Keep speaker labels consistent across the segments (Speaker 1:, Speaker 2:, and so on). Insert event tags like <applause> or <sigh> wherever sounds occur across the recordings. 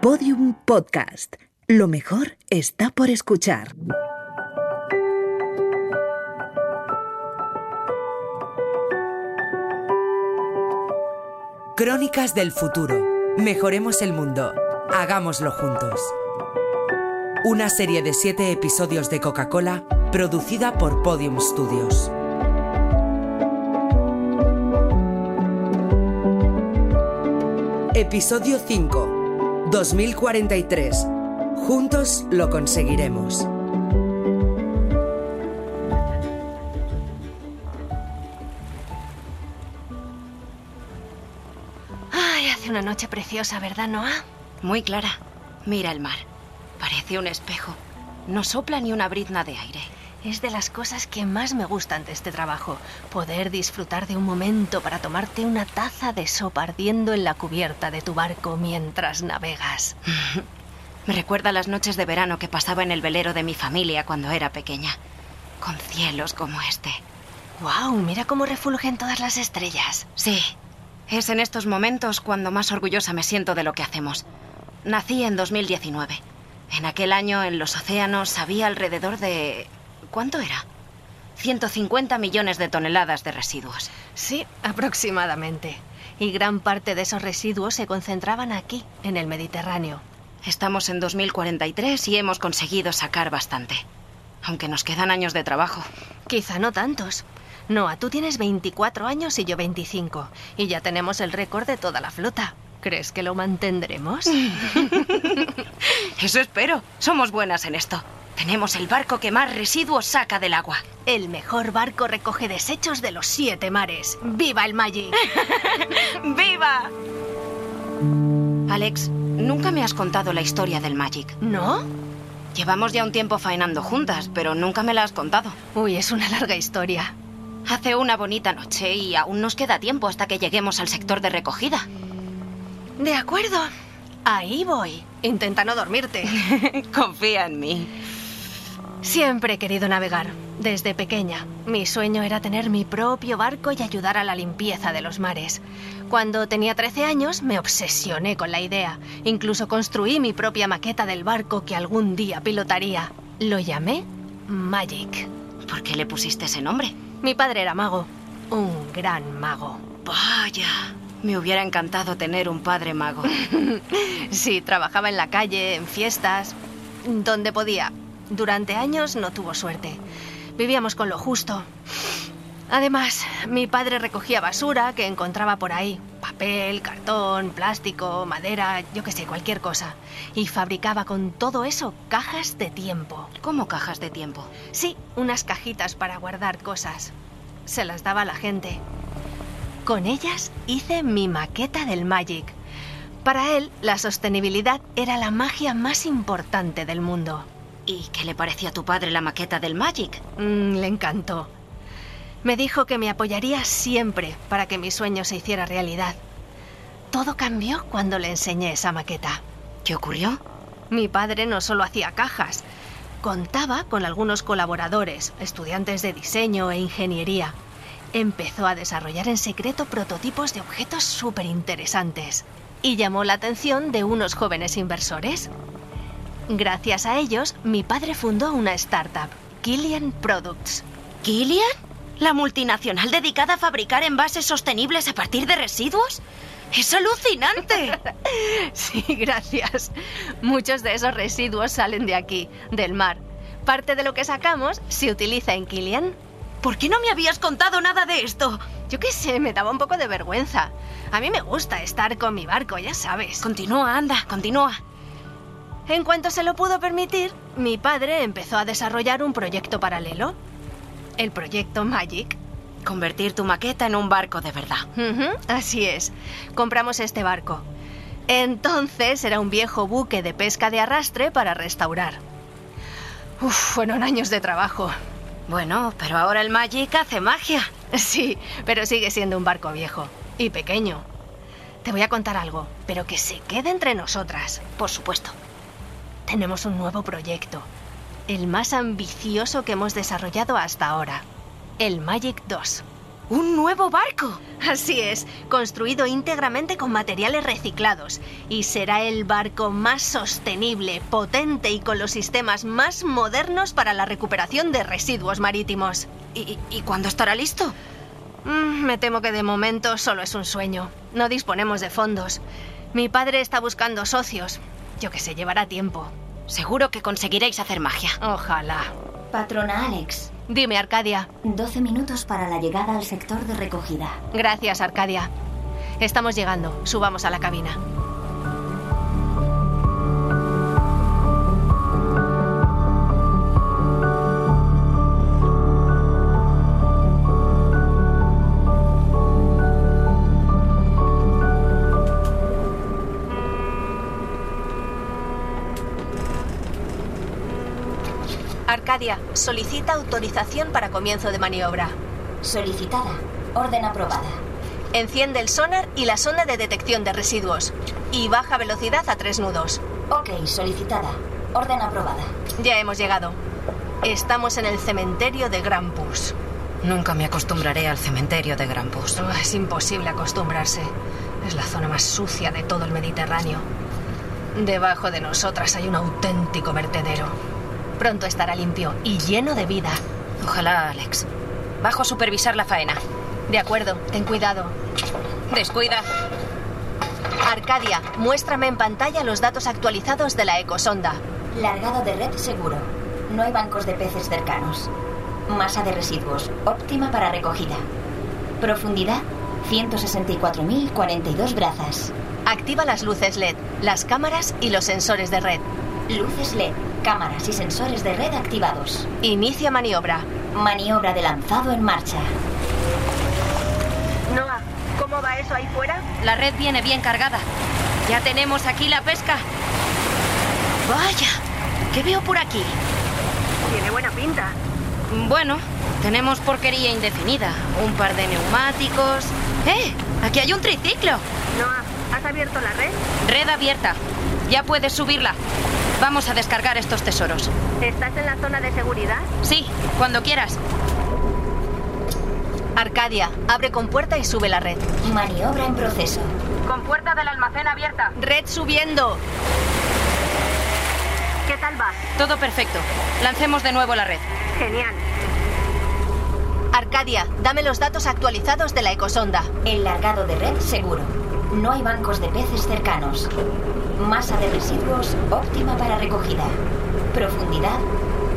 Speaker 1: Podium Podcast. Lo mejor está por escuchar.
Speaker 2: Crónicas del futuro. Mejoremos el mundo. Hagámoslo juntos. Una serie de siete episodios de Coca-Cola producida por Podium Studios. Episodio 5. 2043. Juntos lo conseguiremos.
Speaker 3: Ay, hace una noche preciosa, ¿verdad, Noah? Muy clara. Mira el mar. Parece un espejo. No sopla ni una brizna de aire. Es de las cosas que más me gustan de este trabajo, poder disfrutar de un momento para tomarte una taza de sopa ardiendo en la cubierta de tu barco mientras navegas.
Speaker 4: Me recuerda las noches de verano que pasaba en el velero de mi familia cuando era pequeña, con cielos como este.
Speaker 3: ¡Guau! mira cómo refulgen todas las estrellas.
Speaker 4: Sí, es en estos momentos cuando más orgullosa me siento de lo que hacemos. Nací en 2019. En aquel año en los océanos había alrededor de... ¿Cuánto era? 150 millones de toneladas de residuos.
Speaker 3: Sí, aproximadamente. Y gran parte de esos residuos se concentraban aquí, en el Mediterráneo.
Speaker 4: Estamos en 2043 y hemos conseguido sacar bastante. Aunque nos quedan años de trabajo.
Speaker 3: Quizá no tantos. Noah, tú tienes 24 años y yo 25. Y ya tenemos el récord de toda la flota. ¿Crees que lo mantendremos?
Speaker 4: Eso espero. Somos buenas en esto. Tenemos el barco que más residuos saca del agua.
Speaker 3: el mejor barco recoge desechos de los siete mares. ¡Viva el Magic!
Speaker 4: ¡Viva! Alex, nunca me has contado la historia del Magic.
Speaker 3: ¿No?
Speaker 4: Llevamos ya un tiempo faenando juntas, pero nunca me la has contado.
Speaker 3: Uy, es una larga historia.
Speaker 4: Hace una bonita noche y aún nos queda tiempo hasta que lleguemos al sector de recogida.
Speaker 3: De acuerdo. Ahí voy. Intenta no dormirte.
Speaker 4: Confía en mí.
Speaker 3: Siempre he querido navegar, desde pequeña. Mi sueño era tener mi propio barco y ayudar a la limpieza de los mares. Cuando tenía 13 años me obsesioné con la idea. Incluso construí mi propia maqueta del barco que algún día pilotaría. Lo llamé Magic.
Speaker 4: ¿Por qué le pusiste ese nombre?
Speaker 3: Mi padre era mago, un gran mago.
Speaker 4: Vaya, me hubiera encantado tener un padre mago.
Speaker 3: Sí, trabajaba en la calle, en fiestas, donde podía. Durante años no tuvo suerte. Vivíamos con lo justo. Además, mi padre recogía basura que encontraba por ahí. Papel, cartón, plástico, madera, yo qué sé, cualquier cosa. Y fabricaba con todo eso cajas de tiempo.
Speaker 4: ¿Cómo cajas de tiempo?
Speaker 3: Sí, unas cajitas para guardar cosas. Se las daba a la gente. Con ellas hice mi maqueta del Magic. Para él, la sostenibilidad era la magia más importante del mundo.
Speaker 4: ¿Y qué le pareció a tu padre la maqueta del Magic?
Speaker 3: Mm, le encantó. Me dijo que me apoyaría siempre para que mi sueño se hiciera realidad. Todo cambió cuando le enseñé esa maqueta.
Speaker 4: ¿Qué ocurrió?
Speaker 3: Mi padre no solo hacía cajas, contaba con algunos colaboradores, estudiantes de diseño e ingeniería. Empezó a desarrollar en secreto prototipos de objetos súper interesantes y llamó la atención de unos jóvenes inversores. Gracias a ellos, mi padre fundó una startup, Killian Products.
Speaker 4: ¿Gillian? ¿La multinacional dedicada a fabricar envases sostenibles a partir de residuos? ¡Es alucinante!
Speaker 3: Sí, <laughs> gracias. Muchos de esos residuos salen de aquí, del mar. Parte de lo que sacamos se utiliza en Kilian.
Speaker 4: ¿Por qué no me habías contado nada de esto?
Speaker 3: Yo qué sé, me daba un poco de vergüenza. A mí me gusta estar con mi barco, ya sabes.
Speaker 4: Continúa, anda, continúa.
Speaker 3: En cuanto se lo pudo permitir, mi padre empezó a desarrollar un proyecto paralelo. El proyecto Magic.
Speaker 4: Convertir tu maqueta en un barco de verdad.
Speaker 3: Ujú, así es. Compramos este barco. Entonces era un viejo buque de pesca de arrastre para restaurar. Uf, fueron años de trabajo.
Speaker 4: Bueno, pero ahora el Magic hace magia.
Speaker 3: <laughs> Sí, pero sigue siendo un barco viejo y pequeño. Te voy a contar algo, pero que se quede entre nosotras.
Speaker 4: Por supuesto.
Speaker 3: Tenemos un nuevo proyecto, el más ambicioso que hemos desarrollado hasta ahora, el Magic 2.
Speaker 4: ¡Un nuevo barco!
Speaker 3: <laughs> Así es, construido íntegramente con materiales reciclados y será el barco más sostenible, potente y con los sistemas más modernos para la recuperación de residuos marítimos.
Speaker 4: ¿Y, y cuándo estará listo?
Speaker 3: Mm, me temo que de momento solo es un sueño. No disponemos de fondos. Mi padre está buscando socios. Yo que sé, llevará tiempo.
Speaker 4: Seguro que conseguiréis hacer magia.
Speaker 3: Ojalá.
Speaker 5: Patrona Alex,
Speaker 3: Dime, Arcadia.
Speaker 5: 12 minutos para la llegada al sector de recogida.
Speaker 3: Gracias, Arcadia. Estamos llegando. Subamos a la cabina. Arcadia, solicita autorización para comienzo de maniobra.
Speaker 5: Solicitada. Orden aprobada.
Speaker 3: Enciende el sonar y la sonda de detección de residuos. Y baja velocidad a tres nudos.
Speaker 5: Ok, solicitada. Orden aprobada.
Speaker 3: Ya hemos llegado. Estamos en el cementerio de Grampus.
Speaker 4: Nunca me acostumbraré al cementerio de Grampus.
Speaker 3: Ah, Es imposible acostumbrarse. Es la zona más sucia de todo el Mediterráneo. Debajo de nosotras hay un auténtico vertedero. Pronto estará limpio y lleno de vida.
Speaker 4: Ojalá, Alex. Bajo a supervisar la faena.
Speaker 3: De acuerdo, ten cuidado.
Speaker 4: Descuida.
Speaker 3: Arcadia, muéstrame en pantalla los datos actualizados de la ecosonda.
Speaker 5: Largado de red seguro. No hay bancos de peces cercanos. Masa de residuos óptima para recogida. Profundidad 164.042 brazas.
Speaker 3: Activa las luces LED, las cámaras y los sensores de red.
Speaker 5: Luces LED, cámaras y sensores de red activados.
Speaker 3: Inicia maniobra.
Speaker 5: Maniobra de lanzado en marcha.
Speaker 3: Noah, ¿cómo va eso ahí fuera?
Speaker 4: La red viene bien cargada. Ya tenemos aquí la pesca. Vaya, ¿qué veo por aquí?
Speaker 3: Tiene buena pinta.
Speaker 4: Bueno, tenemos porquería indefinida. Un par de neumáticos. ¡Eh! Aquí hay un triciclo.
Speaker 3: Noah, ¿has abierto la red?
Speaker 4: Red abierta. Ya puedes subirla. Vamos a descargar estos tesoros.
Speaker 3: ¿Estás en la zona de seguridad?
Speaker 4: Sí, cuando quieras.
Speaker 3: Arcadia, abre compuerta y sube la red.
Speaker 5: Maniobra en proceso.
Speaker 4: Con puerta del almacén abierta.
Speaker 3: Red subiendo. ¿Qué tal va?
Speaker 4: Todo perfecto. Lancemos de nuevo la red.
Speaker 3: Genial. Arcadia, dame los datos actualizados de la ecosonda.
Speaker 5: El largado de red seguro. No hay bancos de peces cercanos. Masa de residuos óptima para recogida. Profundidad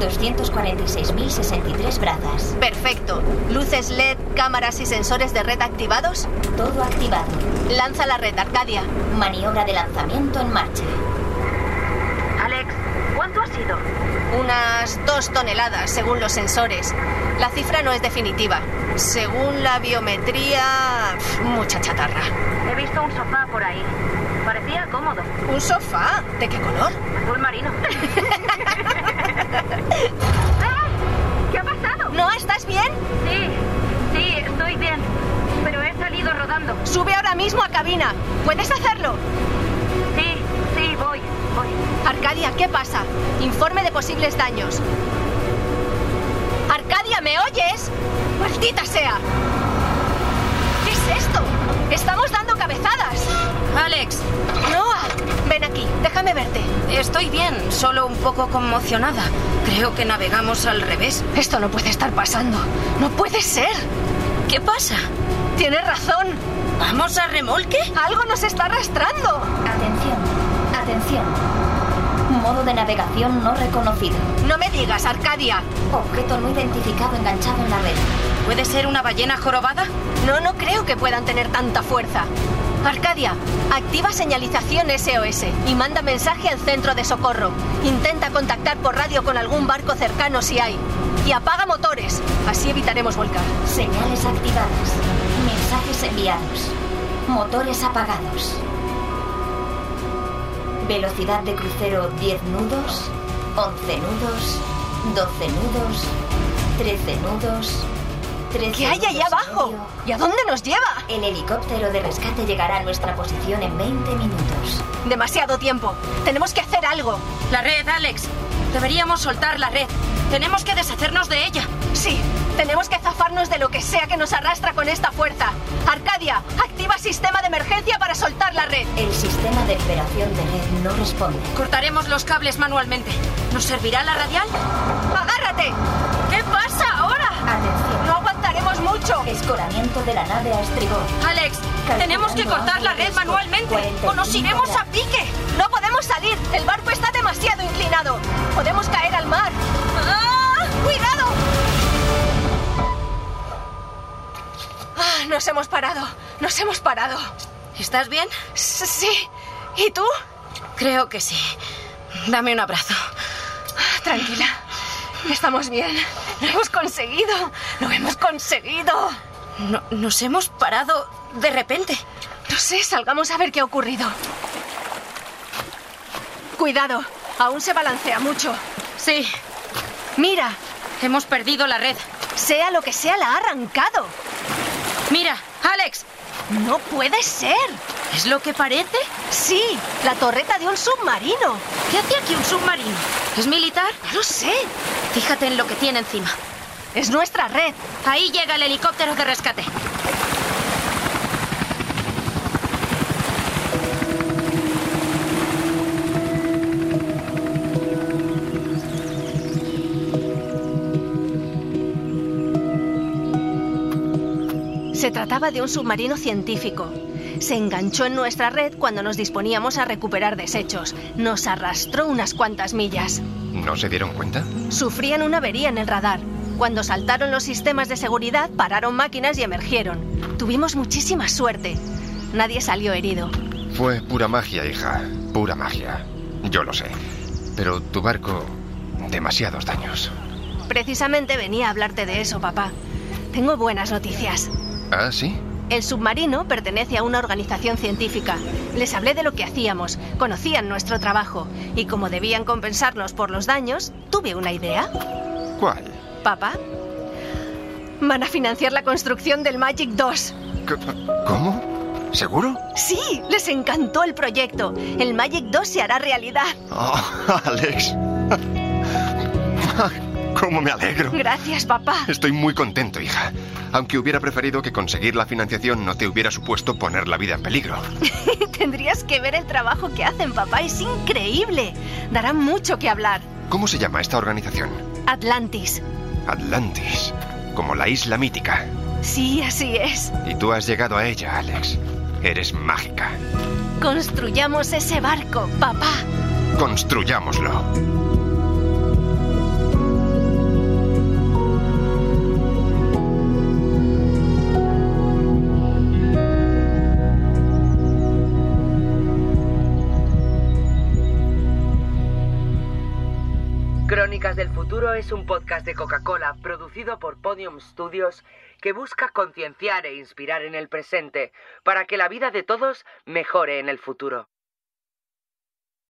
Speaker 5: 246.063 brazas.
Speaker 3: Perfecto. Luces LED, cámaras y sensores de red activados.
Speaker 5: Todo activado.
Speaker 3: Lanza la red, Arcadia.
Speaker 5: Maniobra de lanzamiento en marcha.
Speaker 3: Alex, ¿cuánto ha sido? Unas dos toneladas, según los sensores. La cifra no es definitiva. Según la biometría, pf, mucha chatarra.
Speaker 6: He visto un sofá por ahí. Parecía cómodo.
Speaker 3: ¿Un sofá? ¿De qué color?
Speaker 6: Azul
Speaker 3: <laughs>
Speaker 6: marino. ¿Qué ha pasado?
Speaker 3: ¿No estás bien?
Speaker 6: Sí, sí, estoy bien. Pero he salido rodando.
Speaker 3: Sube ahora mismo a cabina. ¿Puedes hacerlo?
Speaker 6: Sí, sí, voy, voy.
Speaker 3: Arcadia, ¿qué pasa? Informe de posibles daños. Arcadia, ¿me oyes? ¡Maldita sea! ¿Qué es esto? Estamos dando cabezadas.
Speaker 4: Alex,
Speaker 3: Noah, ven aquí, déjame verte.
Speaker 4: estoy bien, solo un poco conmocionada. Creo que navegamos al revés.
Speaker 3: Esto no puede estar pasando. No puede ser.
Speaker 4: ¿Qué pasa?
Speaker 3: Tienes razón.
Speaker 4: ¿Vamos a remolque?
Speaker 3: Algo nos está arrastrando.
Speaker 5: Atención, atención. Modo de navegación no reconocido.
Speaker 3: No me digas, Arcadia.
Speaker 5: Objeto no identificado enganchado en la red.
Speaker 4: ¿Puede ser una ballena jorobada?
Speaker 3: No, no creo que puedan tener tanta fuerza. Arcadia, activa señalización SOS y manda mensaje al centro de socorro. Intenta contactar por radio con algún barco cercano si hay. Y apaga motores. Así evitaremos volcar.
Speaker 5: Señales activadas. Mensajes enviados. Motores apagados. Velocidad de crucero 10 nudos, 11 nudos, 12 nudos, 13 nudos, 13
Speaker 3: ¿Qué hay allá
Speaker 5: nudos y
Speaker 3: abajo?
Speaker 5: medio.
Speaker 3: ¿Y a dónde nos lleva?
Speaker 5: El helicóptero de rescate llegará a nuestra posición en 20 minutos.
Speaker 3: Demasiado tiempo. Tenemos que hacer algo.
Speaker 4: La red, Alex. Deberíamos soltar la red. Tenemos que deshacernos de ella.
Speaker 3: Sí, Tenemos que zafarnos de lo que sea que nos arrastra con esta fuerza. Arcadia, activa sistema de emergencia para soltar la red.
Speaker 5: El sistema de operación de red no responde.
Speaker 4: Cortaremos los cables manualmente. ¿Nos servirá la radial?
Speaker 3: ¡Agárrate! ¿Qué pasa ahora?
Speaker 5: Atención.
Speaker 3: No aguantaremos mucho.
Speaker 5: Escoramiento de la nave a estribor.
Speaker 4: Alex, tenemos que cortar la red manualmente o nos iremos a pique.
Speaker 3: No podemos salir. El barco está demasiado inclinado. Podemos caer al mar. ¡Ah! ¡Cuidado! Ah, nos hemos parado. Nos hemos parado.
Speaker 4: ¿Estás bien?
Speaker 3: S- Sí. ¿Y tú?
Speaker 4: Creo que sí. Dame un abrazo.
Speaker 3: Ah, Tranquila. Estamos bien. Lo hemos conseguido. Lo hemos conseguido.
Speaker 4: No- nos hemos parado de repente.
Speaker 3: No sé, salgamos a ver qué ha ocurrido. Cuidado. Aún se balancea mucho.
Speaker 4: Sí,
Speaker 3: Mira,
Speaker 4: hemos perdido la red.
Speaker 3: sea lo que sea, la ha arrancado.
Speaker 4: Mira, Alex,
Speaker 3: No puede ser.
Speaker 4: ¿es lo que parece?
Speaker 3: Sí, la torreta de un submarino.
Speaker 4: ¿Qué hace aquí un submarino? ¿Es militar?
Speaker 3: No lo sé.
Speaker 4: Fíjate en lo que tiene encima.
Speaker 3: Es nuestra red.
Speaker 4: Ahí llega el helicóptero de rescate.
Speaker 3: Se trataba de un submarino científico. Se enganchó en nuestra red cuando nos disponíamos a recuperar desechos. Nos arrastró unas cuantas millas.
Speaker 7: ¿No se dieron cuenta?
Speaker 3: Sufrían una avería en el radar. Cuando saltaron los sistemas de seguridad, pararon máquinas y emergieron. Tuvimos muchísima suerte. Nadie salió herido.
Speaker 7: Fue pura magia, hija. Pura magia. Yo lo sé. Pero tu barco... Demasiados daños.
Speaker 3: Precisamente venía a hablarte de eso, papá. Tengo buenas noticias.
Speaker 7: ¿Ah, sí?
Speaker 3: El submarino pertenece a una organización científica. Les hablé de lo que hacíamos, conocían nuestro trabajo y como debían compensarnos por los daños, tuve una idea.
Speaker 7: ¿Cuál?
Speaker 3: Papá, van a financiar la construcción del Magic 2.
Speaker 7: C- ¿Cómo? ¿Seguro?
Speaker 3: Sí, les encantó el proyecto. El Magic 2 se hará realidad.
Speaker 7: Oh, <laughs> Alex. ¿Cómo me alegro?
Speaker 3: Gracias, papá.
Speaker 7: Estoy muy contento, hija. Aunque hubiera preferido que conseguir la financiación no te hubiera supuesto poner la vida en peligro.
Speaker 3: <laughs> Tendrías que ver el trabajo que hacen, papá. Es increíble. Dará mucho que hablar.
Speaker 7: ¿Cómo se llama esta organización?
Speaker 3: Atlantis.
Speaker 7: Atlantis. Como la isla mítica.
Speaker 3: Sí, así es.
Speaker 7: Y tú has llegado a ella, Alex. Eres mágica.
Speaker 3: Construyamos ese barco, papá.
Speaker 7: Construyámoslo.
Speaker 2: Crónicas del Futuro es un podcast de Coca-Cola producido por Podium Studios que busca concienciar e inspirar en el presente para que la vida de todos mejore en el futuro.